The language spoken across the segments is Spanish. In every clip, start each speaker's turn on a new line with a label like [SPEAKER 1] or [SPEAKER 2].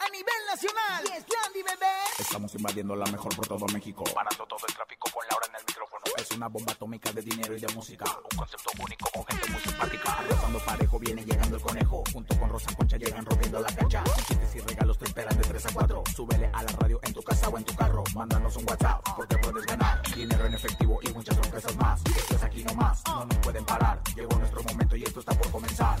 [SPEAKER 1] a nivel nacional. Y es Landy, bebé.
[SPEAKER 2] Estamos invadiendo la mejor por todo México.
[SPEAKER 3] Parando todo el tráfico con Laura en el micrófono.
[SPEAKER 2] Es una bomba atómica de dinero y de música.
[SPEAKER 3] Un concepto único con gente muy simpática.
[SPEAKER 2] Rozando parejo viene llegando el conejo. Junto con Rosa Concha llegan rompiendo la cancha. Chistes y regalos te esperan de 3 a 4. Súbele a la radio en tu casa o en tu carro. Mándanos un WhatsApp porque puedes ganar. Dinero en efectivo y muchas sorpresas más. Esto es aquí nomás. No nos pueden parar. Llegó nuestro momento y esto está por comenzar.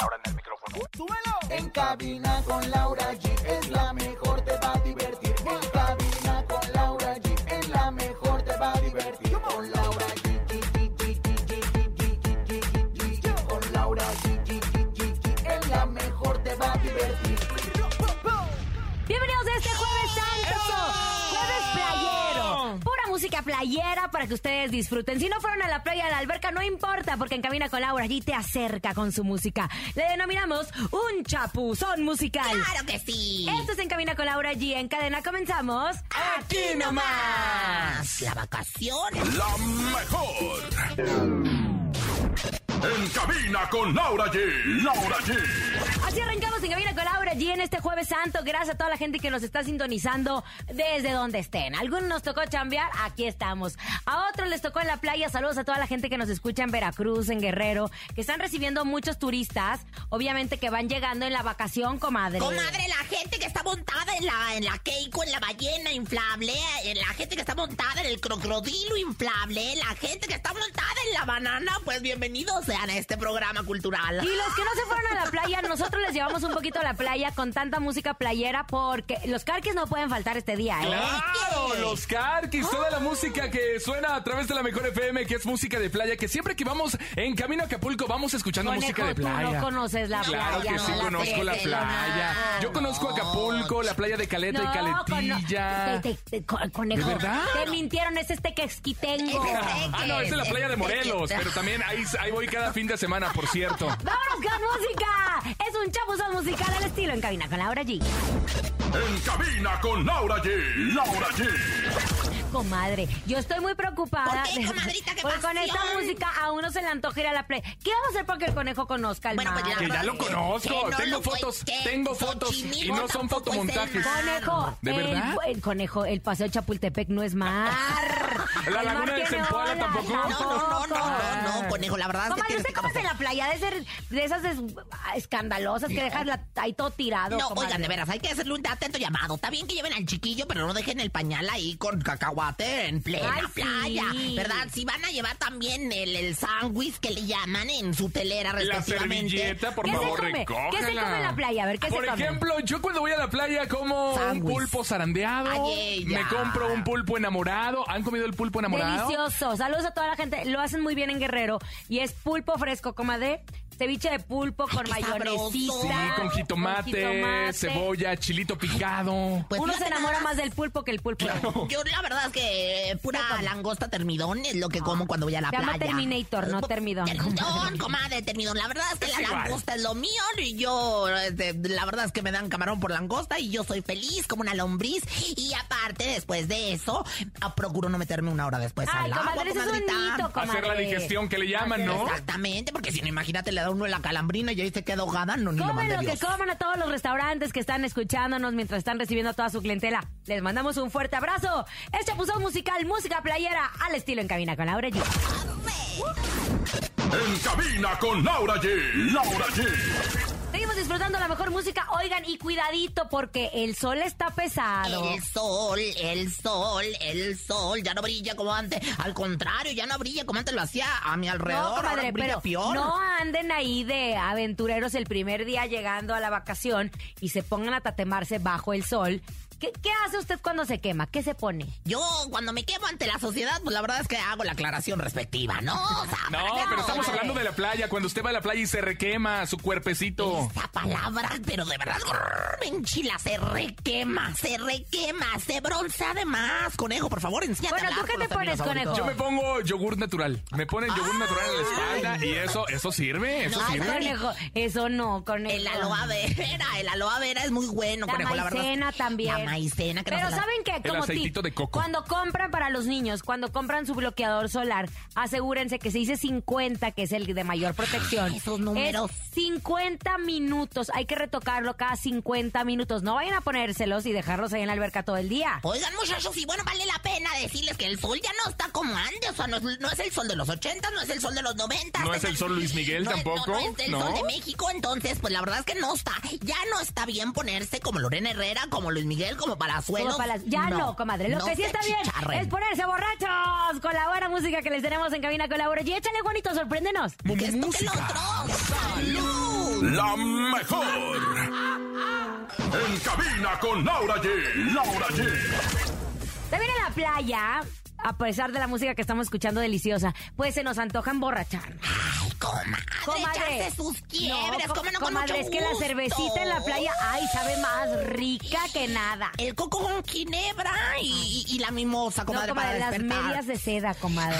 [SPEAKER 3] Ahora en el micrófono.
[SPEAKER 1] ¡Súbelo!
[SPEAKER 4] En cabina con Laura G es la mejor, te va a divertir. En cabina con Laura G es la mejor, te va a divertir. Con Laura G. G, G, G, G, G, G, G, G, G, G. Con Laura G, G, G, G, G, es la mejor, te va a divertir.
[SPEAKER 5] Bienvenidos a este jueves santo. Jueves playero. Pura música playera para que ustedes disfruten. Si no fueron a la playa, a la alberca, no importa, porque en Cabina con Laura allí te acerca con su música. Le denominamos un chapuzón musical.
[SPEAKER 6] ¡Claro que sí!
[SPEAKER 5] Esto es En Cabina con Laura G. En cadena comenzamos.
[SPEAKER 6] ¡Aquí nomás! La vacación.
[SPEAKER 7] La mejor. En cabina con Laura G. Laura G.
[SPEAKER 5] Así arrancamos en Cabina con Laura G en este Jueves Santo. Gracias a toda la gente que nos está sintonizando desde donde estén. Algunos nos tocó chambear, aquí estamos. A otros les tocó en la playa. Saludos a toda la gente que nos escucha en Veracruz, en Guerrero, que están recibiendo muchos turistas. Obviamente que van llegando en la vacación, comadre.
[SPEAKER 6] Comadre, la gente que está montada en la, en la Keiko, en la ballena inflable, eh, la gente que está montada en el crocodilo inflable, la gente que está montada en la banana, pues bienvenidos sean a este programa cultural.
[SPEAKER 5] Y los que no se fueron a la playa, nosotros les llevamos un poquito a la playa con tanta música playera porque los carques no pueden faltar este día, ¿eh?
[SPEAKER 8] Claro, los carquis, toda la música que suena a través de la mejor FM, que es música de playa, que siempre que vamos en camino a Acapulco vamos escuchando
[SPEAKER 5] Conejo,
[SPEAKER 8] música de
[SPEAKER 5] tú no
[SPEAKER 8] playa.
[SPEAKER 5] conoces la
[SPEAKER 8] Claro
[SPEAKER 5] playa.
[SPEAKER 8] que sí
[SPEAKER 5] no la
[SPEAKER 8] conozco la
[SPEAKER 5] conoces,
[SPEAKER 8] playa. Yo conozco Acapulco, la playa de Caleta y
[SPEAKER 5] No,
[SPEAKER 8] Caletilla.
[SPEAKER 5] cono- te- te- te- co- conejo,
[SPEAKER 8] ¿De verdad?
[SPEAKER 5] Te mintieron, es este que esquitengo.
[SPEAKER 8] Ah, no, esa es la playa de Morelos, pero también ahí, ahí voy cada fin de semana, por cierto.
[SPEAKER 5] ¡Vámonos con música! Es un chapuzón musical al estilo en cabina con Laura G.
[SPEAKER 7] En cabina con Laura G. Laura G.
[SPEAKER 5] Comadre, yo estoy muy preocupada.
[SPEAKER 6] ¿Por qué, comadrita? ¿Qué
[SPEAKER 5] Porque con
[SPEAKER 6] pasión?
[SPEAKER 5] esta música a uno se le antoja ir a la playa. ¿Qué vamos a hacer porque el conejo conozca el
[SPEAKER 6] Bueno, pues,
[SPEAKER 5] mar?
[SPEAKER 6] la-
[SPEAKER 8] Que ya lo conozco,
[SPEAKER 6] Que no
[SPEAKER 8] tengo
[SPEAKER 6] lo fue-
[SPEAKER 8] fotos,
[SPEAKER 6] que
[SPEAKER 8] tengo fotos y
[SPEAKER 6] Xochimilco
[SPEAKER 8] no son
[SPEAKER 6] tampoco es el
[SPEAKER 8] fotomontajes.
[SPEAKER 6] mar.
[SPEAKER 5] Conejo,
[SPEAKER 8] ¿De
[SPEAKER 5] el,
[SPEAKER 8] verdad?
[SPEAKER 5] el conejo, el paseo de Chapultepec no es mar. El
[SPEAKER 8] La
[SPEAKER 5] mar
[SPEAKER 8] laguna de
[SPEAKER 5] tiene
[SPEAKER 8] Zempoala
[SPEAKER 5] olas,
[SPEAKER 8] tampoco.
[SPEAKER 6] No, no, no, no, no, no, conejo, la verdad es que
[SPEAKER 5] Comadre,
[SPEAKER 6] tienes
[SPEAKER 5] ¿usted
[SPEAKER 6] que
[SPEAKER 5] cómo se
[SPEAKER 6] conocer.
[SPEAKER 5] la playa? De, ser, de esas es- escandalosas que dejas la- ahí todo tirado.
[SPEAKER 6] No,
[SPEAKER 5] comadre.
[SPEAKER 6] oigan, de veras, hay que hacerle un atento llamado. Está bien que lleven al chiquillo, pero no dejen el pañal ahí con cacahuate en plena
[SPEAKER 5] Ay, sí.
[SPEAKER 6] playa, ¿verdad? Si van a llevar también el, el sándwich que le llaman en su telera
[SPEAKER 8] La
[SPEAKER 6] respectivamente.
[SPEAKER 8] servilleta, por
[SPEAKER 5] ¿Qué se
[SPEAKER 8] favor,
[SPEAKER 5] come? ¿Qué se come en
[SPEAKER 8] recógela.
[SPEAKER 5] la playa? A ver, ¿qué se
[SPEAKER 8] Por
[SPEAKER 5] come?
[SPEAKER 8] ejemplo, yo cuando voy a la playa como un
[SPEAKER 6] Sándwich.
[SPEAKER 8] pulpo zarandeado,
[SPEAKER 6] Ay, ella.
[SPEAKER 8] me compro un pulpo enamorado. ¿Han comido el pulpo enamorado?
[SPEAKER 5] Delicioso. Saludos a toda la gente. Lo hacen muy bien en Guerrero. Y es pulpo fresco, comadre. Ceviche de pulpo con
[SPEAKER 6] qué
[SPEAKER 5] mayonesita.
[SPEAKER 6] sabroso.
[SPEAKER 8] Sí, con jitomate,
[SPEAKER 5] con jitomate.
[SPEAKER 8] cebolla, chilito picado.
[SPEAKER 6] Pues
[SPEAKER 5] Uno se
[SPEAKER 6] fíjate
[SPEAKER 5] enamora
[SPEAKER 6] nada
[SPEAKER 5] más del pulpo que el pulpo.
[SPEAKER 6] Yo la verdad es que eh, pura langosta termidón es lo que como cuando voy a la
[SPEAKER 5] Ah. Se llama
[SPEAKER 6] playa. Pues,
[SPEAKER 5] Terminator, no termidón.
[SPEAKER 6] Termidón, comadre, termidón. La verdad es que la langosta es lo mío y yo, este, la verdad es que me dan camarón por langosta y yo soy feliz como una lombriz. Y aparte, después de eso, ah, procuro no meterme una hora después
[SPEAKER 5] Ay,
[SPEAKER 6] Pues al agua,
[SPEAKER 5] comadre, ese es un
[SPEAKER 6] comadrita.
[SPEAKER 5] mito, comadre.
[SPEAKER 8] Hacer la digestión que le llaman, ¿no?
[SPEAKER 6] Exactamente, porque si no, imagínate, le da uno la calambrina y ahí se queda ahogada. No, ni lo
[SPEAKER 5] Comen
[SPEAKER 6] mande
[SPEAKER 5] lo que
[SPEAKER 6] Dios.
[SPEAKER 5] coman a todos los restaurantes que están escuchándonos mientras están recibiendo a toda su clientela. Les mandamos un fuerte abrazo. Es Chapuzón Musical, música playera al estilo en cabina con Laura G.
[SPEAKER 7] En cabina con Laura G. Laura G.
[SPEAKER 5] Seguimos disfrutando la mejor música. Oigan, y cuidadito porque el sol está pesado.
[SPEAKER 6] El sol, el sol, el sol ya no brilla como antes. Al contrario, ya no brilla como antes lo hacía a mi alrededor.
[SPEAKER 5] No,
[SPEAKER 6] ahora
[SPEAKER 5] comadre,
[SPEAKER 6] brilla
[SPEAKER 5] pero
[SPEAKER 6] peor.
[SPEAKER 5] no anden ahí de aventureros el primer día llegando a la vacación y se pongan a tatemarse bajo el sol. ¿Qué, qué hace usted cuando se quema? ¿Qué se pone?
[SPEAKER 6] Yo cuando me quemo ante la sociedad, pues la verdad es que hago la aclaración respectiva, ¿no? O sea,
[SPEAKER 8] No,
[SPEAKER 6] ¿para qué
[SPEAKER 8] pero
[SPEAKER 6] hago?
[SPEAKER 8] estamos
[SPEAKER 5] comadre.
[SPEAKER 8] hablando de la playa, cuando usted va a la playa y se requema su cuerpecito.
[SPEAKER 6] Esa palabra, pero de verdad, grrr, me enchila, se requema, se requema, se bronza de más. Conejo, por favor, enséñate
[SPEAKER 5] Bueno,
[SPEAKER 6] a
[SPEAKER 5] ¿tú
[SPEAKER 6] hablar
[SPEAKER 5] qué
[SPEAKER 6] con
[SPEAKER 5] te
[SPEAKER 6] los amigos
[SPEAKER 5] pones, conejo?
[SPEAKER 6] favoritos.
[SPEAKER 8] Yo me pongo yogur natural. Me ponen yogur natural en la espalda y eso, eso sirve, eso
[SPEAKER 6] No,
[SPEAKER 5] Ay,
[SPEAKER 8] sirve.
[SPEAKER 6] no,
[SPEAKER 5] conejo, eso no, conejo.
[SPEAKER 6] El aloe vera, el aloe vera es muy bueno,
[SPEAKER 5] La
[SPEAKER 6] conejo, la verdad.
[SPEAKER 5] maicena también.
[SPEAKER 6] La maicena. Que no
[SPEAKER 5] Pero
[SPEAKER 6] se las-
[SPEAKER 5] ¿saben qué?
[SPEAKER 8] El aceitito de coco.
[SPEAKER 5] Cuando compran para los niños, cuando compran su bloqueador solar, asegúrense que se dice 50, que es el de mayor protección.
[SPEAKER 6] Ay, esos números.
[SPEAKER 5] Es 50 minutos. Hay que retocarlo cada 50 minutos. No vayan a ponérselos y dejarlos ahí en la alberca todo el día.
[SPEAKER 6] Oigan, muchachos, y bueno, vale la pena decirles que el sol ya no está como antes. O sea, no es, no es el sol de los 80, no es el sol de los 90.
[SPEAKER 8] No es el sol Luis Miguel
[SPEAKER 6] No es- no,
[SPEAKER 8] tampoco,
[SPEAKER 6] No, es el
[SPEAKER 8] ¿no?
[SPEAKER 6] sol de México. Entonces, pues la verdad es que no está. Ya no está bien ponerse como Lorena Herrera, como Luis Miguel, como Palazuelos.
[SPEAKER 5] Como para las- ya no, comadre. Lo
[SPEAKER 6] no
[SPEAKER 5] que sí
[SPEAKER 6] se
[SPEAKER 5] está bien
[SPEAKER 6] chicharren.
[SPEAKER 5] es ponerse borrachos con la buena música que les tenemos en cabina con Laura. Y échale, Juanito, sorpréndenos.
[SPEAKER 6] Que esto que lo otro. ¡Salud!
[SPEAKER 7] La mejor. En cabina con Laura G. Laura G.
[SPEAKER 5] También en la playa, a pesar de la música que estamos escuchando deliciosa, pues se nos antoja emborrachar.
[SPEAKER 6] Ay, comadre,
[SPEAKER 5] Comadre.
[SPEAKER 6] Ah, echarse sus quiebres.
[SPEAKER 5] No,
[SPEAKER 6] ¿Cómo no, con
[SPEAKER 5] comadre,
[SPEAKER 6] mucho
[SPEAKER 5] es que la
[SPEAKER 6] gusto.
[SPEAKER 5] cervecita en la playa, ay, sabe más rica que nada.
[SPEAKER 6] El coco con ginebra y, y- y la mimosa,
[SPEAKER 5] No,
[SPEAKER 6] comadre,
[SPEAKER 5] comadre,
[SPEAKER 6] para
[SPEAKER 5] las
[SPEAKER 6] despertar.
[SPEAKER 5] medias de seda, comadre.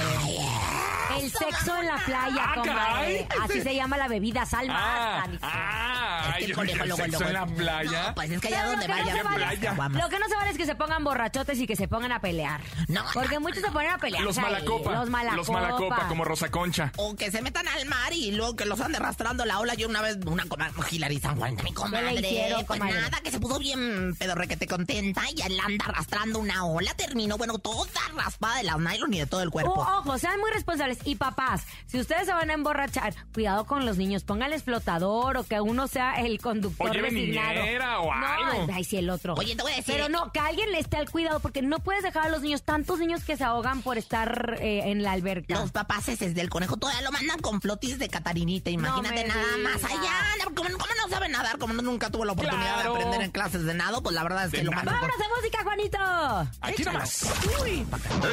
[SPEAKER 5] El sexo en la playa,
[SPEAKER 8] Ah,
[SPEAKER 5] comadre.
[SPEAKER 8] caray.
[SPEAKER 5] Así se llama la bebida, sal
[SPEAKER 8] Ah,
[SPEAKER 5] más. Este
[SPEAKER 8] ah,
[SPEAKER 6] Es
[SPEAKER 8] ay,
[SPEAKER 6] que
[SPEAKER 8] yo dije,
[SPEAKER 6] luego, luego,
[SPEAKER 8] sexo en la
[SPEAKER 6] luego.
[SPEAKER 8] playa.
[SPEAKER 6] No, pues es que allá
[SPEAKER 5] Pero
[SPEAKER 6] donde
[SPEAKER 5] lo que no
[SPEAKER 6] vaya. pues,
[SPEAKER 5] se vale-
[SPEAKER 8] playa.
[SPEAKER 6] Guamas.
[SPEAKER 5] Lo que no se vale es que se pongan borrachotes y que se pongan a pelear.
[SPEAKER 6] No,
[SPEAKER 5] Porque
[SPEAKER 6] no,
[SPEAKER 5] muchos se ponen a pelear.
[SPEAKER 8] Los
[SPEAKER 5] chale,
[SPEAKER 8] malacopa.
[SPEAKER 5] Los malacopa.
[SPEAKER 8] Los malacopa, como Rosa Concha.
[SPEAKER 6] O que se metan al mar y luego que los ande arrastrando la ola. Yo una vez, una comadre, Hilary San Juan, mi comadre.
[SPEAKER 5] hicieron,
[SPEAKER 6] pues
[SPEAKER 5] comadre?
[SPEAKER 6] nada, que se puso bien pedorrequete contenta y la anda arrastrando una ola. Terminó, bueno, toda raspada de las nylon y de todo el
[SPEAKER 5] O-
[SPEAKER 6] cuerpo.
[SPEAKER 8] Oh,
[SPEAKER 5] Oh, ojo, sean muy responsables. Y papás, si ustedes se van a emborrachar, cuidado con los niños. Pónganles flotador o que uno sea el conductor
[SPEAKER 8] O lleven
[SPEAKER 5] designado.
[SPEAKER 8] niñera o algo.
[SPEAKER 5] No, ay, sí, el otro.
[SPEAKER 6] Oye, te voy a decir-
[SPEAKER 5] Pero no, que alguien le esté al cuidado porque no puedes dejar a los niños, tantos niños que se ahogan por estar eh, en la alberca.
[SPEAKER 6] Los papaces desde el conejo todavía lo mandan con flotis de Catarinita, imagínate
[SPEAKER 5] me
[SPEAKER 6] nada
[SPEAKER 5] digas.
[SPEAKER 6] más allá. no, Como, como no sabe nadar, como no- nunca tuvo la oportunidad
[SPEAKER 8] Claro.
[SPEAKER 6] de aprender en clases de nado, pues la verdad es que
[SPEAKER 8] De
[SPEAKER 6] lo
[SPEAKER 8] nada.
[SPEAKER 6] mandan con...
[SPEAKER 5] ¡Vámonos a música, Juanito!
[SPEAKER 8] Aquí
[SPEAKER 6] Échalo.
[SPEAKER 8] nomás.
[SPEAKER 6] Uy,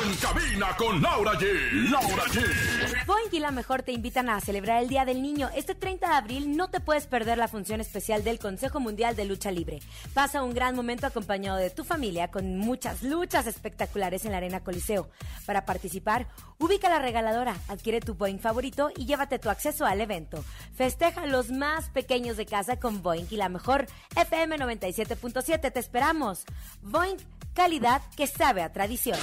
[SPEAKER 7] En cabina con Laura G. Laura G.
[SPEAKER 5] Boing y la mejor te invitan a celebrar el Día del Niño. Este 30 de abril no te puedes perder la función especial del Consejo Mundial de Lucha Libre. Pasa un gran momento acompañado de tu familia con muchas luchas espectaculares en la Arena Coliseo. Para participar, ubica la regaladora, adquiere tu Boing favorito y llévate tu acceso al evento. Festeja a los más pequeños de casa con Boing y la mejor FM 97.7. Te esperamos. Boing, calidad que sabe a tradición.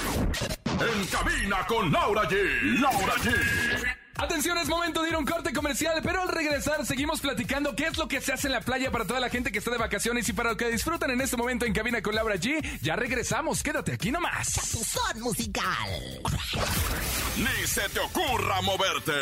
[SPEAKER 7] En cabina con Laura G. Laura G.
[SPEAKER 8] Atención, es momento de ir a un corte comercial, pero al regresar seguimos platicando qué es lo que se hace en la playa para toda la gente que está de vacaciones y para los que disfrutan en este momento en cabina con Laura G. Ya regresamos, quédate aquí nomás.
[SPEAKER 6] son musical.
[SPEAKER 7] Ni se te ocurra moverte.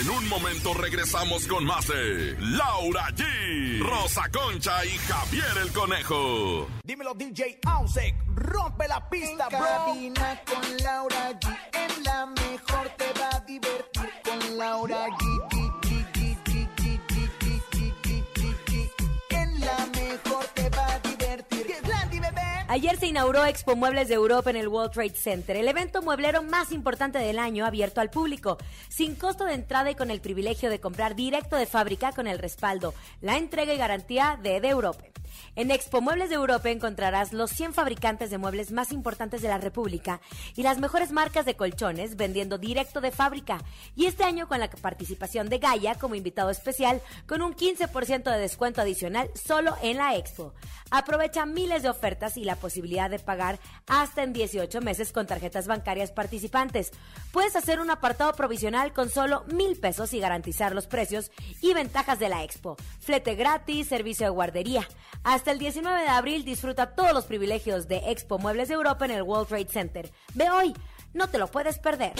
[SPEAKER 7] En un momento regresamos con más de Laura G. Rosa Concha y Javier el Conejo.
[SPEAKER 2] Dímelo, DJ Ausek. Rompe la pista,
[SPEAKER 4] En
[SPEAKER 2] bro.
[SPEAKER 4] cabina con Laura G. En la mejor te va a divertir con Laura G. G, G, G, G, G, G, G, G, G, G, G. En la mejor te va a divertir. Que es Landy, bebé.
[SPEAKER 5] Ayer se inauguró Expo Muebles de Europa en el World Trade Center, el evento mueblero más importante del año abierto al público, sin costo de entrada y con el privilegio de comprar directo de fábrica con el respaldo, la entrega y garantía de De Europe. En Expo Muebles de Europa encontrarás los 100 fabricantes de muebles más importantes de la República y las mejores marcas de colchones vendiendo directo de fábrica. Y este año con la participación de Gaia como invitado especial con un 15% de descuento adicional solo en la Expo. Aprovecha miles de ofertas y la posibilidad de pagar hasta en 18 meses con tarjetas bancarias participantes. Puedes hacer un apartado provisional con solo mil pesos y garantizar los precios y ventajas de la expo. Flete gratis, servicio de guardería. Hasta el 19 de abril disfruta todos los privilegios de Expo Muebles de Europa en el World Trade Center. Ve hoy, no te lo puedes perder.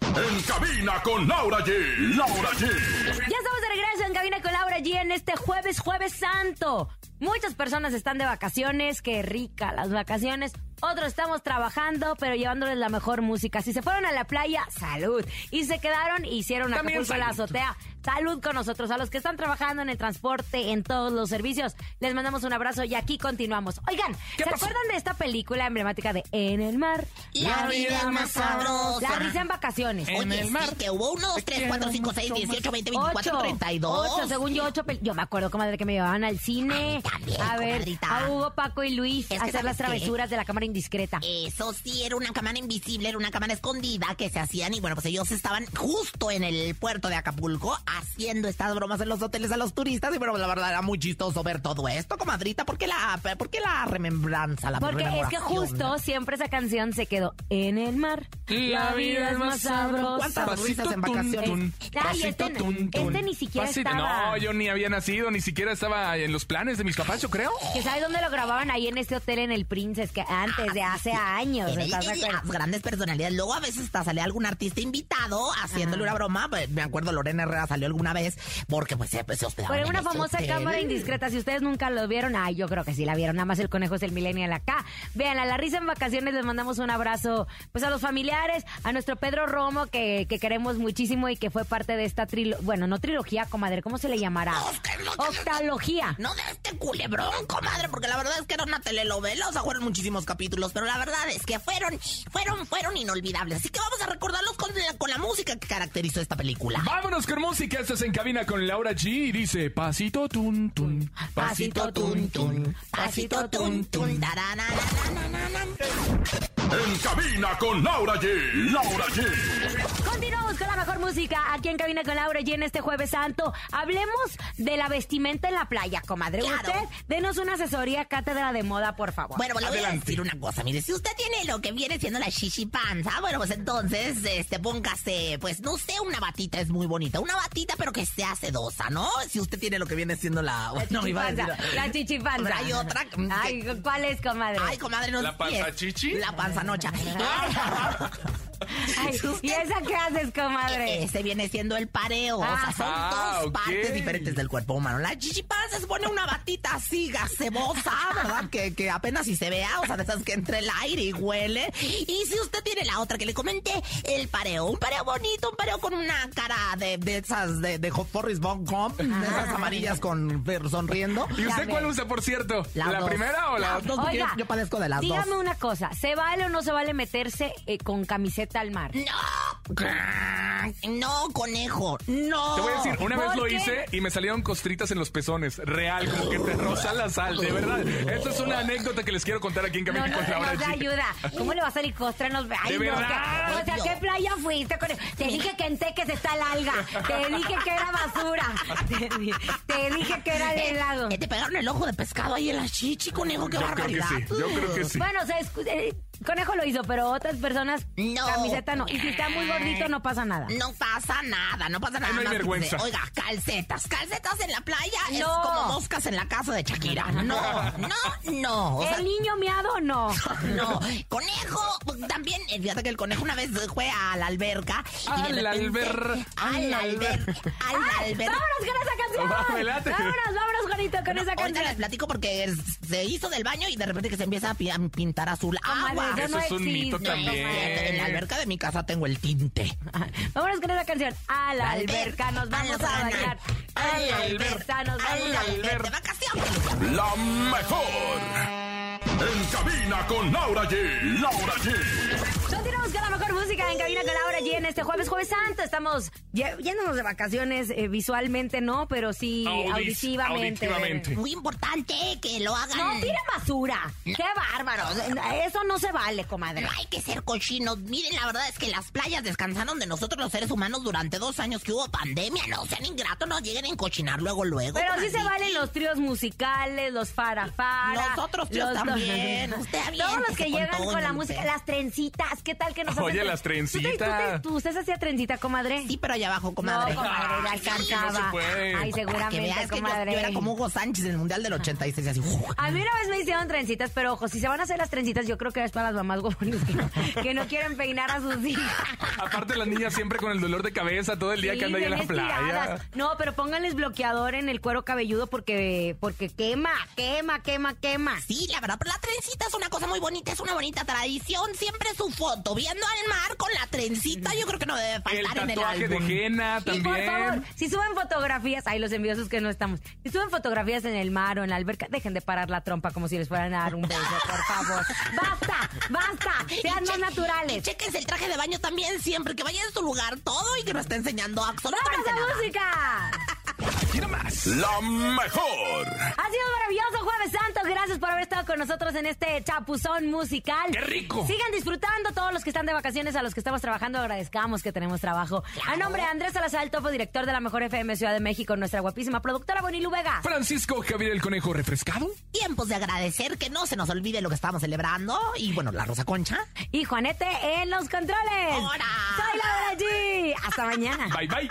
[SPEAKER 7] En cabina con Laura G. Laura G.
[SPEAKER 5] Ya estamos de regreso en Cabina con Laura G en este jueves, jueves santo. Muchas personas están de vacaciones, qué rica las vacaciones. Otros estamos trabajando, pero llevándoles la mejor música. Si se fueron a la playa, salud. Y se quedaron, hicieron
[SPEAKER 8] También
[SPEAKER 5] Acapulco en la
[SPEAKER 8] salud.
[SPEAKER 5] azotea. Salud con nosotros. A los que están trabajando en el transporte, en todos los servicios, les mandamos un abrazo y aquí continuamos. Oigan, ¿se
[SPEAKER 8] ¿Qué pasó?
[SPEAKER 5] acuerdan de esta película emblemática de En el mar?
[SPEAKER 6] La vida es más sabrosa.
[SPEAKER 5] La risa en vacaciones.
[SPEAKER 8] En
[SPEAKER 6] Oye,
[SPEAKER 8] el
[SPEAKER 6] sí,
[SPEAKER 8] mar.
[SPEAKER 6] que hubo unos 3, 4, 5, 6, 18, 20, 24,
[SPEAKER 5] Ocho.
[SPEAKER 6] 32.
[SPEAKER 5] Ocho, según yo, ocho. pel- Yo me acuerdo, comadre, que me llevaban al cine.
[SPEAKER 6] A mí también,
[SPEAKER 5] a ver,
[SPEAKER 6] comadrita.
[SPEAKER 5] a Hugo, Paco y Luis
[SPEAKER 6] Es
[SPEAKER 5] a
[SPEAKER 6] que
[SPEAKER 5] hacer las
[SPEAKER 6] ¿sabes qué? Eh,
[SPEAKER 5] travesuras de la cámara indiscreta.
[SPEAKER 6] Eso sí, era una cámara invisible, era una cámara escondida que se hacían y bueno, pues ellos estaban justo en el puerto de Acapulco haciendo estas bromas en los hoteles a los turistas y bueno, la verdad era muy chistoso ver todo esto, comadrita, ¿por qué la, por qué la remembranza, la
[SPEAKER 5] Porque es que
[SPEAKER 6] rememoración?
[SPEAKER 5] justo siempre esa canción se quedó en el mar.
[SPEAKER 8] La vida es más
[SPEAKER 6] ¿Cuántas
[SPEAKER 5] sabrosa.
[SPEAKER 8] Pasito
[SPEAKER 6] risas en
[SPEAKER 8] tun,
[SPEAKER 6] vacaciones?
[SPEAKER 8] tun,
[SPEAKER 5] Ay,
[SPEAKER 8] pasito
[SPEAKER 5] este- este ni siquiera estaba.
[SPEAKER 8] No, yo ni había nacido, ni siquiera estaba en los planes de mis papás, yo creo.
[SPEAKER 5] Que sabes dónde lo grababan ahí en este hotel en el Princess, que
[SPEAKER 6] Ah,
[SPEAKER 5] antes de hace años.
[SPEAKER 6] Era el- ah,
[SPEAKER 5] ¿estás de
[SPEAKER 6] y
[SPEAKER 5] acuerdo?
[SPEAKER 6] las grandes personalidades. Luego a veces hasta salía algún artista invitado haciéndole
[SPEAKER 5] Ajá.
[SPEAKER 6] una broma. Pues, Me acuerdo, Lorena Herrera salió alguna vez porque pues se, pues, se hospedaba.
[SPEAKER 5] Por
[SPEAKER 6] en
[SPEAKER 5] una
[SPEAKER 6] ese
[SPEAKER 5] famosa
[SPEAKER 6] hotel.
[SPEAKER 5] cámara indiscreta, si ustedes nunca lo vieron, ay, yo creo que sí la vieron, nada más el conejo es el millennial acá. Vean, a la risa en vacaciones les mandamos un abrazo, pues a los familiares, a nuestro Pedro Romo, que, que queremos muchísimo y que fue parte de esta trilogía, bueno, no trilogía, comadre, ¿cómo se le llamará?
[SPEAKER 6] Oscar, no te-
[SPEAKER 5] Octalogía.
[SPEAKER 6] No de este culebrón, comadre, porque la verdad es que era una telenovela, o sea, fueron muchísimos capítulos, pero la verdad es que fueron, fueron, fueron inolvidables. Así que vamos a recordarlos con la, con la música que caracterizó esta película.
[SPEAKER 8] Vámonos con música, esto es En Cabina con Laura G y dice Pasito tun tun,
[SPEAKER 5] Pasito
[SPEAKER 8] pasito
[SPEAKER 5] tun,
[SPEAKER 8] tun tun.
[SPEAKER 6] Pasito tum tum, taranananananan.
[SPEAKER 7] En cabina con Laura G. Laura G.
[SPEAKER 5] Continuamos con la mejor música aquí en Cabina con Laura y en este Jueves Santo. Hablemos de la vestimenta en la playa, comadre.
[SPEAKER 6] Claro.
[SPEAKER 5] Usted, denos una asesoría, cátedra de moda, por favor.
[SPEAKER 6] Bueno, pues le voy a
[SPEAKER 8] Adelante.
[SPEAKER 6] decir una cosa. Mire, si usted tiene lo que viene siendo la shishi panza, bueno, pues entonces, este, póngase, pues no sé, una batita es muy bonita. Una batita, pero que sea sedosa, ¿no? Si usted tiene lo que viene siendo la. bueno, iba a
[SPEAKER 5] chichipanza,
[SPEAKER 6] decir-
[SPEAKER 5] la chichipanza.
[SPEAKER 6] Hay otra. que-
[SPEAKER 5] Ay, ¿cuál es, comadre?
[SPEAKER 6] Ay, comadre, no
[SPEAKER 8] ¿La panza
[SPEAKER 6] pies.
[SPEAKER 8] chichi?
[SPEAKER 6] La panza nocha.
[SPEAKER 5] Ay,
[SPEAKER 6] si usted-
[SPEAKER 5] ¿Y esa qué haces, comadre?
[SPEAKER 6] Ese viene siendo el pareo. o sea, son
[SPEAKER 8] Ah,
[SPEAKER 6] dos
[SPEAKER 8] ok.
[SPEAKER 6] partes diferentes del cuerpo humano. La chichipanza se pone una batita así, gacebosa, ¿verdad? que, que apenas si se vea, o sea, de esas que entre el aire y huele. Y si usted tiene la otra que le comenté, el pareo. Un pareo bonito, un pareo con una cara de, de esas de, de Forrest Von Gump, de
[SPEAKER 5] Ah.
[SPEAKER 6] esas amarillas con sonriendo.
[SPEAKER 8] ¿Y
[SPEAKER 5] Ya
[SPEAKER 8] usted
[SPEAKER 5] ve.
[SPEAKER 8] cuál usa, por cierto?
[SPEAKER 6] Las
[SPEAKER 8] ¿La
[SPEAKER 6] dos.
[SPEAKER 8] primera o la
[SPEAKER 6] Las
[SPEAKER 8] otra?
[SPEAKER 6] dos, porque yo, yo padezco de las dos.
[SPEAKER 5] dígame una cosa, ¿se vale o no se vale meterse eh, con camiseta al mar?
[SPEAKER 6] No, no, conejo, no.
[SPEAKER 8] Te voy a decir, una vez lo
[SPEAKER 5] ¿Por qué?
[SPEAKER 8] hice y me salieron costritas en los pezones. Real, como que te roza la sal, de verdad. Esta es una anécdota que les quiero contar aquí en
[SPEAKER 5] No, no,
[SPEAKER 8] Cabina con Laura
[SPEAKER 5] nos da
[SPEAKER 8] G.
[SPEAKER 5] ayuda. ¿Cómo le va a salir costra en los Ay,
[SPEAKER 8] ¿De
[SPEAKER 5] no,
[SPEAKER 8] verdad?
[SPEAKER 5] que- O sea, ¿qué playa fuiste con Te dije que en Teques está el alga. Te dije que era basura. Te, di- te dije que era de helado.
[SPEAKER 6] Eh, te pegaron el ojo de pescado ahí en la chichi, conejo, qué
[SPEAKER 8] Yo creo que
[SPEAKER 6] barbaridad.
[SPEAKER 8] sí, yo creo que sí.
[SPEAKER 5] Bueno, o sea, escu- eh, Conejo lo hizo, pero otras personas,
[SPEAKER 6] No.
[SPEAKER 5] camiseta no. Y si está muy gordito, no pasa nada.
[SPEAKER 6] No pasa nada, no pasa nada.
[SPEAKER 8] no hay
[SPEAKER 6] más que
[SPEAKER 8] vergüenza.
[SPEAKER 6] dice, Oiga, calcetas, calcetas en la playa es
[SPEAKER 5] No.
[SPEAKER 6] como moscas en la casa de Shakira. No, no, no. O sea,
[SPEAKER 5] ¿El niño miado? No.
[SPEAKER 6] no. Conejo, también, eh, fíjate que el conejo una vez fue a la alberca. y de
[SPEAKER 8] Al
[SPEAKER 6] repente-
[SPEAKER 8] alber-
[SPEAKER 6] Al
[SPEAKER 8] al
[SPEAKER 6] alber... Al
[SPEAKER 5] ¡Ay,
[SPEAKER 6] alber...
[SPEAKER 5] ¡Vámonos con esa canción!
[SPEAKER 8] Va, me late.
[SPEAKER 5] ¡Vámonos, vámonos, Juanito, con esa
[SPEAKER 6] Ahorita
[SPEAKER 5] canción!
[SPEAKER 6] les platico porque es- se hizo del baño y de repente que se empieza a pi- a pintar azul
[SPEAKER 5] Comadre,
[SPEAKER 6] agua.
[SPEAKER 5] eso
[SPEAKER 8] Eso es un mito
[SPEAKER 5] existe,
[SPEAKER 8] también.
[SPEAKER 5] comadre.
[SPEAKER 6] En la alberca de mi casa tengo el tinte.
[SPEAKER 5] Vámonos con esa canción. A la alberca nos vamos a bañar. A la alberca nos vamos a
[SPEAKER 6] De
[SPEAKER 5] bañar.
[SPEAKER 6] vacaciones.
[SPEAKER 7] La mejor. En cabina con Laura G. Laura G.
[SPEAKER 5] Continuamos con la mejor música en cabina con Laura G en este jueves, jueves santo. Estamos ya- yéndonos de vacaciones eh, visualmente, no, pero sí
[SPEAKER 8] Audis-
[SPEAKER 5] auditivamente.
[SPEAKER 8] auditivamente.
[SPEAKER 6] Muy importante que lo hagan.
[SPEAKER 5] No, tira basura. Qué bárbaro. Eso no se vale, comadre.
[SPEAKER 6] No hay que ser cochinos. Miren, la verdad es que las playas descansaron de nosotros los seres humanos durante dos años que hubo pandemia. No sean ingratos, no lleguen a encochinar luego, luego.
[SPEAKER 5] Pero sí se
[SPEAKER 6] comadre.
[SPEAKER 5] valen los tríos musicales, los farafara.
[SPEAKER 6] Nosotros tíos también. Usted
[SPEAKER 5] Todos los
[SPEAKER 6] aviéntese
[SPEAKER 5] que
[SPEAKER 6] con
[SPEAKER 5] llegan
[SPEAKER 6] todo,
[SPEAKER 5] con la
[SPEAKER 6] Lupe.
[SPEAKER 5] música, las trencitas, ¿qué tal que nos
[SPEAKER 8] Oye,
[SPEAKER 5] hacen-
[SPEAKER 8] las
[SPEAKER 5] ¿Tú te- tú te-
[SPEAKER 8] trencitas.
[SPEAKER 5] tú- ¿Usted se hacía trencita, comadre?
[SPEAKER 6] Sí, pero allá abajo, comadre.
[SPEAKER 5] No, comadre, ya
[SPEAKER 8] Ay, sí, no se
[SPEAKER 5] alcanzaba.
[SPEAKER 8] puede.
[SPEAKER 5] Ay,
[SPEAKER 6] Para que
[SPEAKER 5] seguramente,
[SPEAKER 6] veas que yo,
[SPEAKER 5] comadre.
[SPEAKER 6] yo era como Hugo Sánchez en el Mundial del 86, así. uf.
[SPEAKER 5] A mí una vez me hicieron trencitas, pero ojo, si se van a hacer las trencitas, yo creo que es para las mamás gomones que, no- que no quieren peinar a sus hijos.
[SPEAKER 8] Aparte, las niñas siempre con el dolor de cabeza todo el día
[SPEAKER 5] Sí,
[SPEAKER 8] que andan ahí en la
[SPEAKER 5] bien estiradas.
[SPEAKER 8] playa.
[SPEAKER 5] No, pero pónganles bloqueador en el cuero cabelludo porque, porque quema, quema, quema, quema.
[SPEAKER 6] Sí, la verdad, pero la trencita es una cosa muy bonita, es una bonita tradición. Siempre su foto, viendo al mar con la trencita, yo creo que no debe
[SPEAKER 8] El
[SPEAKER 6] faltar en el
[SPEAKER 8] tatuaje de
[SPEAKER 6] álbum.
[SPEAKER 8] henna
[SPEAKER 5] Y por favor,
[SPEAKER 8] también.
[SPEAKER 5] si suben fotografías, ay, los envidiosos que no estamos, si suben fotografías en el mar o en la alberca, dejen de parar la trompa como si les fueran a dar un beso, por favor. ¡Basta! ¡Basta! Sean más
[SPEAKER 6] Y che- Y
[SPEAKER 5] naturales.
[SPEAKER 6] chequense el traje de baño también siempre, que vaya en su lugar todo y que no esté enseñando
[SPEAKER 5] ¡Vámonos
[SPEAKER 6] absolutamente
[SPEAKER 5] a
[SPEAKER 6] nada.
[SPEAKER 5] música!
[SPEAKER 7] La mejor.
[SPEAKER 5] Así nos maravilloso Jueves Santo. Gracias por haber estado con nosotros en este chapuzón musical.
[SPEAKER 8] ¡Qué rico!
[SPEAKER 5] Sigan disfrutando todos los que están de vacaciones, a los que estamos trabajando, agradezcamos que tenemos trabajo. A nombre de Andrés Salazar, el topo director de la Mejor FM Ciudad de México, nuestra guapísima productora Bonilu Vega.
[SPEAKER 8] Francisco Javier el Conejo refrescado.
[SPEAKER 6] Tiempos de agradecer, que no se nos olvide lo que estamos celebrando. Y bueno, la Rosa Concha.
[SPEAKER 5] Y Juanete en los controles.
[SPEAKER 6] ¡Hora!
[SPEAKER 5] Soy Laura G. Hasta mañana.
[SPEAKER 8] Bye bye.